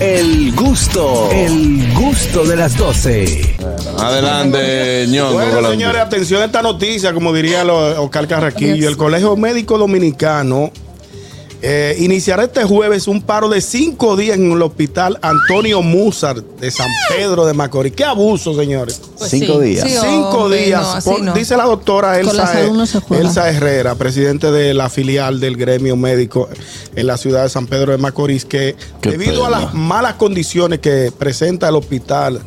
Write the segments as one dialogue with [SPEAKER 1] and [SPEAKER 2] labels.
[SPEAKER 1] El gusto, el gusto de las 12.
[SPEAKER 2] Adelante, ñongo.
[SPEAKER 3] Bueno,
[SPEAKER 2] Colón.
[SPEAKER 3] señores, atención a esta noticia, como diría lo- Oscar Carraquillo. El Colegio Médico Dominicano eh, iniciará este jueves un paro de cinco días en el hospital Antonio Múzar de San Pedro de Macorís. ¡Qué abuso, señores!
[SPEAKER 4] Cinco días.
[SPEAKER 3] Cinco días, por- dice la doctora
[SPEAKER 5] Con las
[SPEAKER 3] Elsa, E-
[SPEAKER 5] salud no se juega.
[SPEAKER 3] Elsa Herrera, presidente de la filial del gremio médico en la ciudad de San Pedro de Macorís, que
[SPEAKER 2] Qué
[SPEAKER 3] debido a
[SPEAKER 2] pena.
[SPEAKER 3] las malas condiciones que presenta el hospital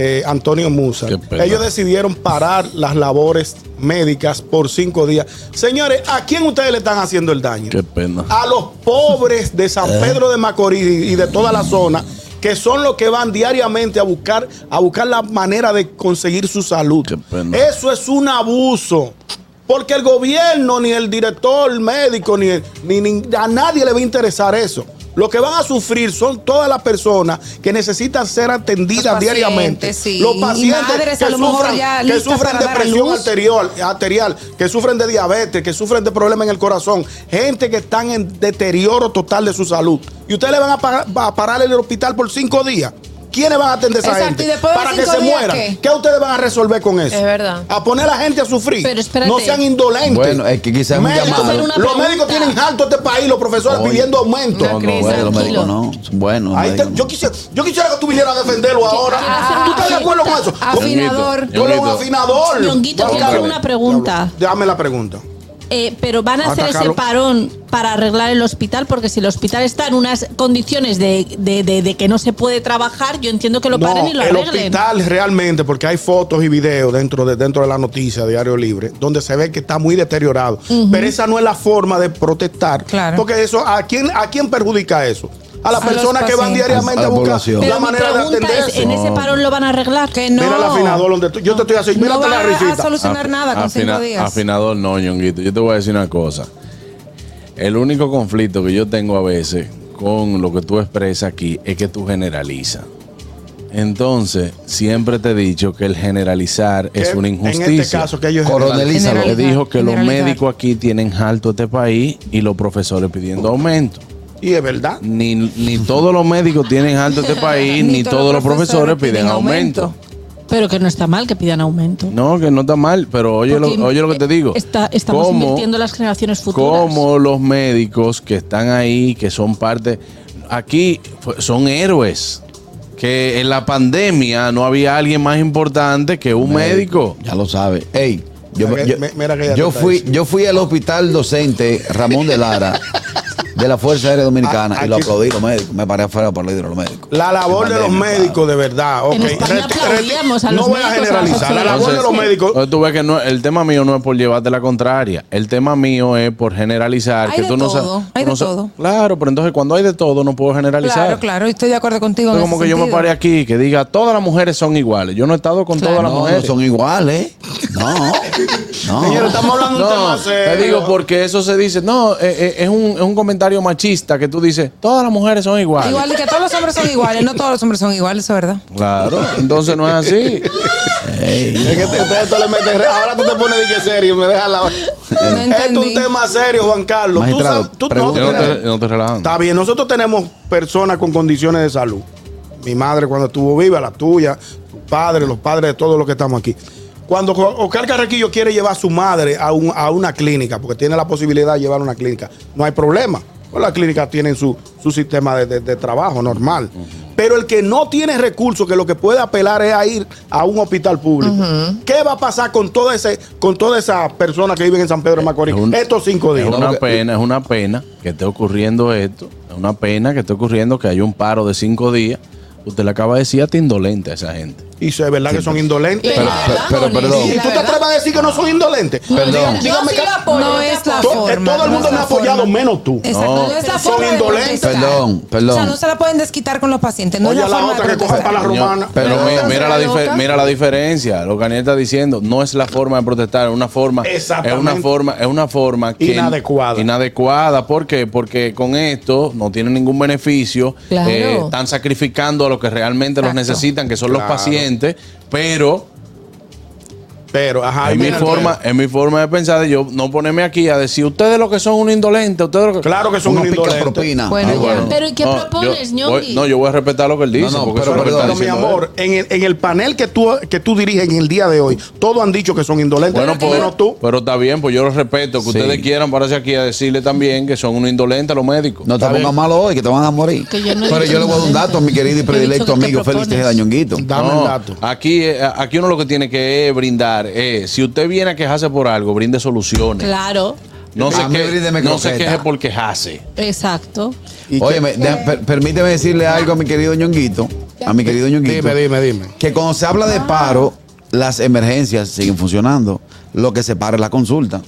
[SPEAKER 3] eh, Antonio Musa,
[SPEAKER 2] Qué pena.
[SPEAKER 3] ellos decidieron parar las labores médicas por cinco días. Señores, ¿a quién ustedes le están haciendo el daño?
[SPEAKER 2] Qué pena.
[SPEAKER 3] a los pobres de San
[SPEAKER 2] Eh.
[SPEAKER 3] Pedro de Macorís y de toda la zona, que son los que van diariamente a buscar, a buscar la manera de conseguir su salud.
[SPEAKER 2] Qué pena.
[SPEAKER 3] Eso es un abuso. Porque el gobierno, ni el director médico, ni, el- ni- ni- a nadie le va a interesar eso. Lo que van a sufrir son todas las personas que necesitan ser atendidas
[SPEAKER 4] Los
[SPEAKER 3] diariamente.
[SPEAKER 4] pacientes, sí.
[SPEAKER 3] Los
[SPEAKER 4] Y
[SPEAKER 3] pacientes
[SPEAKER 4] madres,
[SPEAKER 3] que
[SPEAKER 4] a lo mejor,
[SPEAKER 3] sufren,
[SPEAKER 4] ya
[SPEAKER 3] que
[SPEAKER 4] listas
[SPEAKER 3] sufren
[SPEAKER 4] para dar a
[SPEAKER 3] depresión
[SPEAKER 4] luz.
[SPEAKER 3] arterial arterial, arterial, que sufren de diabetes, que sufren de problemas en el corazón, gente que están en deterioro total de su salud. Y ustedes le van a, pagar- va a parar en el hospital por cinco días. ¿Quiénes van a atender a esa
[SPEAKER 4] Exacto,
[SPEAKER 3] gente?
[SPEAKER 4] y después de
[SPEAKER 3] Para que
[SPEAKER 4] cinco
[SPEAKER 3] se
[SPEAKER 4] días,
[SPEAKER 3] mueran.
[SPEAKER 4] ¿qué?
[SPEAKER 3] ustedes van a resolver con eso?
[SPEAKER 4] Es verdad.
[SPEAKER 3] A poner a la gente a sufrir.
[SPEAKER 5] Pero espérate.
[SPEAKER 3] No sean indolentes.
[SPEAKER 4] Bueno,
[SPEAKER 5] es que quizás es un
[SPEAKER 3] Médicos,
[SPEAKER 5] llamado. Pero
[SPEAKER 3] Los
[SPEAKER 5] una
[SPEAKER 3] médicos
[SPEAKER 5] pregunta.
[SPEAKER 3] tienen alto este país, los profesores
[SPEAKER 4] Oye.
[SPEAKER 3] pidiendo aumento.
[SPEAKER 4] Una
[SPEAKER 5] No, no,
[SPEAKER 4] crisis,
[SPEAKER 5] bueno, los
[SPEAKER 4] tranquilo.
[SPEAKER 5] médicos no. Son buenos. los
[SPEAKER 3] Ahí te-
[SPEAKER 5] médicos
[SPEAKER 3] yo,
[SPEAKER 5] no.
[SPEAKER 3] quisiera, yo quisiera que tú vinieras a defenderlo ahora.
[SPEAKER 4] Ah,
[SPEAKER 3] ¿Tú estás de acuerdo con eso?
[SPEAKER 4] Afinador.
[SPEAKER 3] Tú eres un
[SPEAKER 2] Ñonguito.
[SPEAKER 3] afinador.
[SPEAKER 5] Ñonguito,
[SPEAKER 3] Juan
[SPEAKER 2] quiero
[SPEAKER 3] Carlos.
[SPEAKER 2] hacer una
[SPEAKER 5] pregunta.
[SPEAKER 3] Déjame la pregunta.
[SPEAKER 6] Eh, pero van a hacer
[SPEAKER 3] Atacarlo.
[SPEAKER 6] ese parón para arreglar el hospital, porque si el hospital está en unas condiciones de, de- de- de que no se puede trabajar, yo entiendo que lo paren y lo
[SPEAKER 3] el
[SPEAKER 6] arreglen.
[SPEAKER 3] hospital realmente, porque hay fotos y videos dentro de, dentro de la noticia Diario Libre, donde se ve que está muy deteriorado. Pero esa no es la forma de protestar.
[SPEAKER 4] Claro.
[SPEAKER 3] Porque eso, ¿a quién, ¿a quién perjudica eso? A las
[SPEAKER 4] A los
[SPEAKER 3] personas que van
[SPEAKER 4] pacientes.
[SPEAKER 3] diariamente
[SPEAKER 5] A
[SPEAKER 3] a,
[SPEAKER 5] la
[SPEAKER 3] buscar
[SPEAKER 5] población.
[SPEAKER 3] la
[SPEAKER 6] Pero mi
[SPEAKER 3] manera de
[SPEAKER 6] pregunta
[SPEAKER 3] atender
[SPEAKER 6] es, eh,
[SPEAKER 3] eso.
[SPEAKER 6] ¿en ese parón lo van a arreglar?
[SPEAKER 4] Que no.
[SPEAKER 3] Mira el afinador donde tú- yo te estoy haciendo.
[SPEAKER 4] no
[SPEAKER 3] mírate la
[SPEAKER 4] van a
[SPEAKER 3] risita.
[SPEAKER 4] solucionar
[SPEAKER 2] Af-
[SPEAKER 4] nada con
[SPEAKER 2] afina-
[SPEAKER 4] cinco días.
[SPEAKER 2] Afinador no, ñonguito. Yo te voy a decir una cosa. El único conflicto que yo tengo a veces con lo que tú expresas aquí es que tú generalizas. Entonces, siempre te he dicho que el generalizar es
[SPEAKER 3] Que
[SPEAKER 2] una injusticia.
[SPEAKER 3] En este caso, que ellos
[SPEAKER 5] Coronelisalo.
[SPEAKER 2] Le
[SPEAKER 4] Generalizar,
[SPEAKER 2] dijo que los
[SPEAKER 4] generalizar.
[SPEAKER 2] médicos aquí tienen alto este país y los profesores pidiendo aumento.
[SPEAKER 3] Y es verdad.
[SPEAKER 2] Ni, ni todos los médicos tienen alto este país, ni, todos los profesores piden aumento.
[SPEAKER 6] Pero que no está mal que pidan aumento.
[SPEAKER 2] No, que no está mal, pero oye, lo,
[SPEAKER 6] Porque,
[SPEAKER 2] oye lo que te
[SPEAKER 6] eh,
[SPEAKER 2] digo.
[SPEAKER 6] está- estamos
[SPEAKER 2] ¿Cómo-
[SPEAKER 6] invirtiendo en las generaciones futuras.
[SPEAKER 2] Como los médicos que están ahí, que son parte. Aquí fue- son héroes. Que en la pandemia no había alguien más importante que un médico.
[SPEAKER 5] Ya lo sabe. Ey, yo,
[SPEAKER 3] Mira que-
[SPEAKER 5] yo-
[SPEAKER 3] mi- mira que ya
[SPEAKER 5] yo
[SPEAKER 3] te está
[SPEAKER 5] fui,
[SPEAKER 3] diciendo.
[SPEAKER 5] yo fui al hospital docente Ramón de Lara de la Fuerza Aérea Dominicana
[SPEAKER 3] A-
[SPEAKER 5] y lo
[SPEAKER 3] Ah, aquí-
[SPEAKER 5] aplaudí los médicos. Me paré afuera para aplaudir a los médicos.
[SPEAKER 3] La labor
[SPEAKER 5] En
[SPEAKER 3] de los
[SPEAKER 5] pandemia, claro.
[SPEAKER 3] médicos, de verdad. ok.
[SPEAKER 6] En España
[SPEAKER 3] Reti-
[SPEAKER 6] aplaudíamos a los
[SPEAKER 3] no voy a
[SPEAKER 6] médicos, a los
[SPEAKER 3] generalizar. La labor de los
[SPEAKER 6] profesionales.
[SPEAKER 3] médicos.
[SPEAKER 2] Entonces tú ves que no- el tema mío no es por llevarte la contraria. El tema mío es por generalizar.
[SPEAKER 4] Hay
[SPEAKER 2] que
[SPEAKER 4] de
[SPEAKER 2] tú no
[SPEAKER 4] todo,
[SPEAKER 2] sabes-
[SPEAKER 4] hay
[SPEAKER 2] tú no
[SPEAKER 4] de
[SPEAKER 2] sabes-
[SPEAKER 4] todo.
[SPEAKER 2] Claro, pero entonces cuando hay de todo no puedo generalizar.
[SPEAKER 4] Claro, claro, estoy de acuerdo contigo. en
[SPEAKER 2] Entonces, como
[SPEAKER 4] ese
[SPEAKER 2] que yo me
[SPEAKER 4] sentido.
[SPEAKER 2] paré aquí que diga todas las mujeres son iguales. Yo no he estado con todas las
[SPEAKER 5] No, no
[SPEAKER 2] mujeres.
[SPEAKER 5] son iguales. No,
[SPEAKER 3] Señores,
[SPEAKER 5] no.
[SPEAKER 3] estamos hablando de un
[SPEAKER 2] Ah. No,
[SPEAKER 3] tema
[SPEAKER 2] te
[SPEAKER 3] serio.
[SPEAKER 2] digo pues, porque eso se dice. No, eh, eh, es, un, es un comentario machista que tú dices, todas las mujeres son iguales.
[SPEAKER 4] Igual y que todos los hombres son iguales, no todos los hombres son iguales, eso es verdad.
[SPEAKER 2] Claro, entonces no es así.
[SPEAKER 3] Es que te- ustedes solo le meten re- Ahora tú te pones de que serio, me dejas la. Esto es un
[SPEAKER 4] entendí.
[SPEAKER 3] tema serio, Juan Carlos. Tú
[SPEAKER 5] Magistrado,
[SPEAKER 3] sabes- tú-
[SPEAKER 5] pregunta.
[SPEAKER 2] no
[SPEAKER 3] nosotros
[SPEAKER 2] te,
[SPEAKER 3] tenemos-
[SPEAKER 2] no te relajan.
[SPEAKER 3] Está bien, nosotros tenemos personas con condiciones de salud. Mi madre cuando estuvo viva, la tuya, tu padre, los padres de todos los que estamos aquí. Cuando Jo- Oscar Carrequillo quiere llevar a su madre a, un- a una clínica, porque tiene la posibilidad de llevar a una clínica, no hay problema. Pues las clínicas tienen su, su sistema de, de- de trabajo normal. Pero el que no tiene recursos, que lo que puede apelar es a ir a un hospital público. ¿Qué va a pasar con todas ese, con todas esas personas que viven en San Pedro de Macorís?
[SPEAKER 2] Es un-
[SPEAKER 3] Estos cinco
[SPEAKER 2] Es
[SPEAKER 3] días.
[SPEAKER 2] una pena, es una pena que esté ocurriendo esto. Es una pena que esté ocurriendo que hay un paro de cinco días. Usted le acaba de decir hasta indolente a esa gente.
[SPEAKER 3] Y se ve verdad que son
[SPEAKER 2] pues.
[SPEAKER 3] indolentes.
[SPEAKER 5] Pero, pero, pero perdón.
[SPEAKER 3] Y tú te atreves a decir que no son indolentes.
[SPEAKER 5] Perdón.
[SPEAKER 3] Dígame que
[SPEAKER 4] No es la
[SPEAKER 3] to-
[SPEAKER 4] forma.
[SPEAKER 3] todo el
[SPEAKER 4] no
[SPEAKER 3] mundo
[SPEAKER 4] es
[SPEAKER 3] me
[SPEAKER 4] la
[SPEAKER 3] ha apoyado
[SPEAKER 4] forma.
[SPEAKER 3] menos tú.
[SPEAKER 4] Exacto,
[SPEAKER 2] No.
[SPEAKER 4] no, es la
[SPEAKER 3] Son
[SPEAKER 4] forma. de
[SPEAKER 3] indolentes.
[SPEAKER 4] protestar.
[SPEAKER 5] Perdón, perdón.
[SPEAKER 4] O sea, no se la pueden desquitar con los pacientes. No
[SPEAKER 3] Oye,
[SPEAKER 4] es
[SPEAKER 3] a
[SPEAKER 4] la
[SPEAKER 3] la
[SPEAKER 4] forma de
[SPEAKER 3] otra que coja
[SPEAKER 4] protestar.
[SPEAKER 3] para la romana.
[SPEAKER 2] Pero
[SPEAKER 5] Pero
[SPEAKER 2] mi-
[SPEAKER 5] entonces
[SPEAKER 2] mira, la
[SPEAKER 4] la
[SPEAKER 2] dife-
[SPEAKER 4] loca.
[SPEAKER 2] mira la diferencia. Lo que Aniel está diciendo no es la forma de protestar, es una forma, es una
[SPEAKER 3] Exactamente.
[SPEAKER 2] forma, es una forma que-
[SPEAKER 3] Inadecuada.
[SPEAKER 2] Inadecuada. ¿Por qué? Porque con esto no tienen ningún beneficio.
[SPEAKER 4] Claro.
[SPEAKER 2] Eh, están sacrificando a los que realmente los
[SPEAKER 4] Exacto.
[SPEAKER 2] necesitan, que son
[SPEAKER 3] Claro.
[SPEAKER 2] los pacientes, pero
[SPEAKER 3] Pero, ajá,
[SPEAKER 2] es mi
[SPEAKER 3] mira,
[SPEAKER 2] forma, es mi forma de pensar de yo no ponerme aquí a decir ustedes lo que son un indolente, ustedes lo que Ah,
[SPEAKER 3] Claro que son
[SPEAKER 5] Uno
[SPEAKER 3] un
[SPEAKER 5] pica
[SPEAKER 3] indolente.
[SPEAKER 5] propina. Ah,
[SPEAKER 4] Bueno, ya.
[SPEAKER 6] Pero, ¿y qué propones,
[SPEAKER 2] yo,
[SPEAKER 6] Ñongui?
[SPEAKER 2] voy- No, yo voy a respetar lo que él dice.
[SPEAKER 5] No, no,
[SPEAKER 2] porque
[SPEAKER 5] pero
[SPEAKER 2] eso es lo que
[SPEAKER 5] perdón.
[SPEAKER 2] está
[SPEAKER 3] Pero, mi
[SPEAKER 2] diciendo
[SPEAKER 3] amor, en el, en el panel que tú, que tú diriges en el día de hoy, todos han dicho que son
[SPEAKER 2] él.
[SPEAKER 3] indolentes,
[SPEAKER 2] Bueno, pues,
[SPEAKER 3] menos tú.
[SPEAKER 2] pero está bien, pues yo lo respeto. Que
[SPEAKER 5] Sí.
[SPEAKER 2] ustedes quieran pararse aquí a decirle también que son unos indolentes los médicos.
[SPEAKER 5] No te
[SPEAKER 2] Está
[SPEAKER 5] pongas
[SPEAKER 2] bien.
[SPEAKER 5] malo hoy, que te van a morir.
[SPEAKER 6] Que yo no he
[SPEAKER 5] Pero
[SPEAKER 6] dicho
[SPEAKER 5] yo le voy a dar un
[SPEAKER 6] nada.
[SPEAKER 5] dato a mi querido y
[SPEAKER 6] Yo he dicho
[SPEAKER 5] predilecto
[SPEAKER 6] que te
[SPEAKER 5] amigo Félix
[SPEAKER 6] propones.
[SPEAKER 5] Tejeda Ñonguito.
[SPEAKER 3] Dame
[SPEAKER 2] No,
[SPEAKER 3] el dato.
[SPEAKER 2] Aquí, eh, aquí uno lo que tiene que eh, brindar es, si usted viene a quejarse por algo, brinde soluciones.
[SPEAKER 6] Claro,
[SPEAKER 2] No, se,
[SPEAKER 5] A mí
[SPEAKER 2] que-
[SPEAKER 5] bríndeme
[SPEAKER 2] no se
[SPEAKER 5] croqueta.
[SPEAKER 2] queje por quejarse.
[SPEAKER 6] exacto.
[SPEAKER 5] Oye, permíteme decirle algo a mi querido Ñonguito. A mi querido Ñonguito.
[SPEAKER 3] Dime, dime, dime.
[SPEAKER 5] Que cuando se habla de paro, las emergencias siguen funcionando. Lo que se para es la consulta.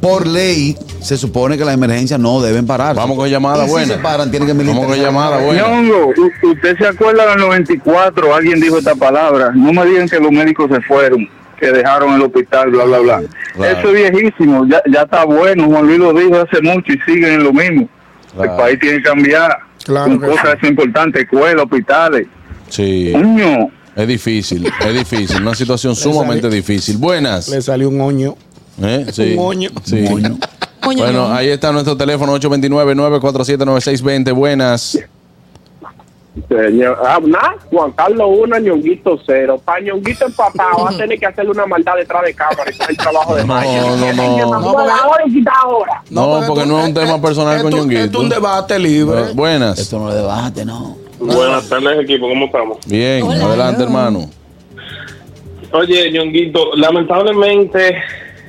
[SPEAKER 5] Por ley, se supone que las emergencias no deben parar.
[SPEAKER 2] Vamos con llamada
[SPEAKER 5] y
[SPEAKER 2] buena.
[SPEAKER 5] Si se paran, tienen que militarizar.
[SPEAKER 2] Vamos con llamada buena.
[SPEAKER 7] Ñongo, u- usted se acuerda del 94, alguien dijo esta palabra, no me digan que los médicos se fueron, que dejaron el hospital, bla, bla, bla.
[SPEAKER 2] Claro.
[SPEAKER 7] Eso es viejísimo, ya, ya está bueno, Juan Luis lo dijo hace mucho y siguen en lo mismo.
[SPEAKER 2] Claro.
[SPEAKER 7] El país tiene que cambiar
[SPEAKER 3] Claro
[SPEAKER 7] con
[SPEAKER 3] que
[SPEAKER 7] cosas importantes, escuelas, hospitales.
[SPEAKER 2] Sí,
[SPEAKER 7] Coño,
[SPEAKER 2] es difícil, es difícil. Una situación sumamente difícil. Buenas.
[SPEAKER 3] Le salió un oño.
[SPEAKER 2] ¿Eh? Sí.
[SPEAKER 3] Un oño.
[SPEAKER 2] Sí.
[SPEAKER 4] Coño,
[SPEAKER 2] Bueno,
[SPEAKER 4] no.
[SPEAKER 2] ahí está nuestro teléfono 829-947-9620. Buenas.
[SPEAKER 8] Señor, ah, nada, Juan Carlos 1, ñonguito 0. Pa' ñonguito empapado, va a tener que hacerle una maldad detrás de cámara. Está el trabajo de
[SPEAKER 2] No,
[SPEAKER 8] Maya.
[SPEAKER 2] no, no.
[SPEAKER 8] Que venga, mamá,
[SPEAKER 3] No, porque-
[SPEAKER 8] ahora y quita ahora.
[SPEAKER 2] No, porque no es un
[SPEAKER 3] eh,
[SPEAKER 2] tema personal con Ñonguito.
[SPEAKER 3] Es un debate libre.
[SPEAKER 2] Eh, Buenas.
[SPEAKER 5] Esto no lo debate, no.
[SPEAKER 9] Buenas tardes, equipo, ¿cómo estamos?
[SPEAKER 2] Bien,
[SPEAKER 6] Hola.
[SPEAKER 2] adelante, hermano.
[SPEAKER 9] Oye, Ñonguito, lamentablemente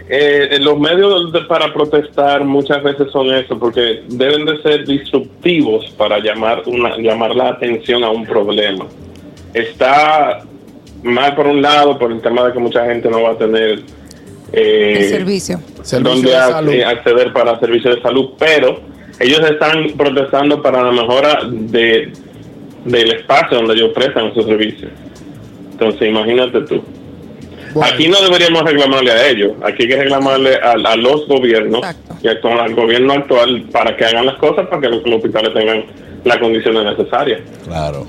[SPEAKER 9] eh, los medios de- para protestar muchas veces son eso, porque deben de ser disruptivos para llamar, una, llamar la atención a un problema. Está mal por un lado, por el tema de que mucha gente no va a tener... eh,
[SPEAKER 4] El servicio.
[SPEAKER 3] Servicio
[SPEAKER 9] donde
[SPEAKER 3] de
[SPEAKER 9] ac-
[SPEAKER 3] salud.
[SPEAKER 9] eh, acceder para servicios de salud, pero ellos están protestando para la mejora de, del espacio donde ellos prestan sus servicios. Entonces, imagínate tú.
[SPEAKER 3] Bueno.
[SPEAKER 9] Aquí no deberíamos reclamarle a ellos, aquí hay que reclamarle a, a los gobiernos
[SPEAKER 4] Exacto.
[SPEAKER 9] y actu- al gobierno actual para que hagan las cosas para que los, los hospitales tengan las condiciones necesarias.
[SPEAKER 2] Claro.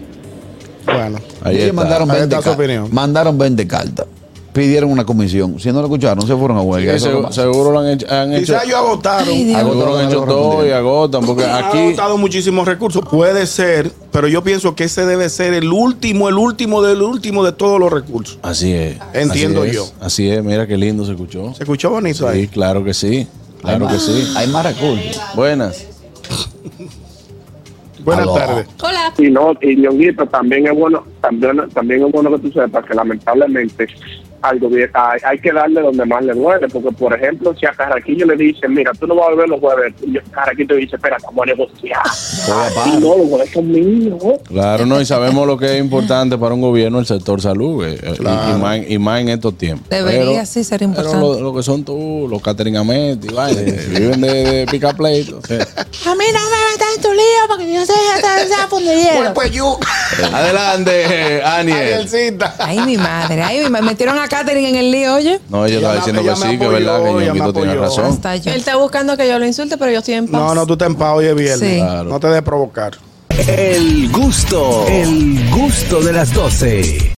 [SPEAKER 3] Bueno.
[SPEAKER 2] Ahí
[SPEAKER 5] Ellos
[SPEAKER 2] está.
[SPEAKER 5] mandaron
[SPEAKER 3] Ahí
[SPEAKER 5] 20,
[SPEAKER 3] está su
[SPEAKER 5] ca-
[SPEAKER 3] opinión.
[SPEAKER 5] mandaron 20 cartas. Pidieron una comisión. Si no la escucharon, se fueron a
[SPEAKER 2] Sí,
[SPEAKER 5] huelga.
[SPEAKER 2] se-
[SPEAKER 5] Eso es lo que
[SPEAKER 2] seguro,
[SPEAKER 5] pasa.
[SPEAKER 2] lo han hecho. Han hecho
[SPEAKER 3] Quizás ellos agotaron.
[SPEAKER 4] Ay, Dios.
[SPEAKER 2] seguro
[SPEAKER 5] Agotaron
[SPEAKER 2] han hecho
[SPEAKER 5] algo
[SPEAKER 2] todo y
[SPEAKER 5] correspondiente.
[SPEAKER 2] agotan, porque
[SPEAKER 3] Ha
[SPEAKER 2] aquí.
[SPEAKER 3] agotado muchísimos recursos. Puede ser, pero yo pienso que ese debe ser el último, el último del último de todos los recursos.
[SPEAKER 2] Así es.
[SPEAKER 3] Entiendo
[SPEAKER 2] así es,
[SPEAKER 3] yo.
[SPEAKER 2] Así es, mira qué lindo se escuchó.
[SPEAKER 3] ¿Se escuchó bonito
[SPEAKER 2] Sí,
[SPEAKER 3] ahí?
[SPEAKER 2] claro que sí. Claro que sí.
[SPEAKER 5] Hay maracul.
[SPEAKER 2] Buenas.
[SPEAKER 3] Buenas
[SPEAKER 5] Aló.
[SPEAKER 3] tardes.
[SPEAKER 6] Hola.
[SPEAKER 8] Y no, y ñonguito, también es bueno, también, también es bueno que tú sepas que lamentablemente al gobierno hay, hay que darle donde más le duele. Porque, por ejemplo, si a Carraquillo le dicen, mira, tú no vas a volver los jueves, y Carraquillo dice, espera, vamos a negociar.
[SPEAKER 5] va a
[SPEAKER 8] Ay,
[SPEAKER 5] parar.
[SPEAKER 8] no, los jueves son míos.
[SPEAKER 2] Claro, no, y sabemos lo que es importante para un gobierno el sector salud, eh, eh, y, y más, en- y más en estos tiempos.
[SPEAKER 4] Debería sí ser
[SPEAKER 2] pero
[SPEAKER 4] importante.
[SPEAKER 2] lo, lo que son tú, los Catherine Amet, y vaina, que viven de, de pica pleito. sí.
[SPEAKER 6] A mí no me metas en tu lío porque yo soy esa fundillero.
[SPEAKER 2] Adelante,
[SPEAKER 3] eh,
[SPEAKER 2] Aniel.
[SPEAKER 4] Ay, mi madre. Ay, mi madre. Metieron a Katherine en el lío, oye.
[SPEAKER 2] No, ella estaba
[SPEAKER 3] Ella
[SPEAKER 2] diciendo
[SPEAKER 3] me-
[SPEAKER 2] que
[SPEAKER 3] ella me
[SPEAKER 2] sí, que es verdad,
[SPEAKER 3] apoyó,
[SPEAKER 2] que
[SPEAKER 3] ella me
[SPEAKER 2] Ñonguito tiene
[SPEAKER 3] apoyó.
[SPEAKER 2] razón.
[SPEAKER 4] Hasta yo.
[SPEAKER 6] Él está buscando que yo lo insulte, pero yo estoy en paz.
[SPEAKER 3] No, no, tú te empao hoy es viernes.
[SPEAKER 4] Sí.
[SPEAKER 2] Claro.
[SPEAKER 3] No te dejes provocar.
[SPEAKER 1] El gusto, el gusto de las 12.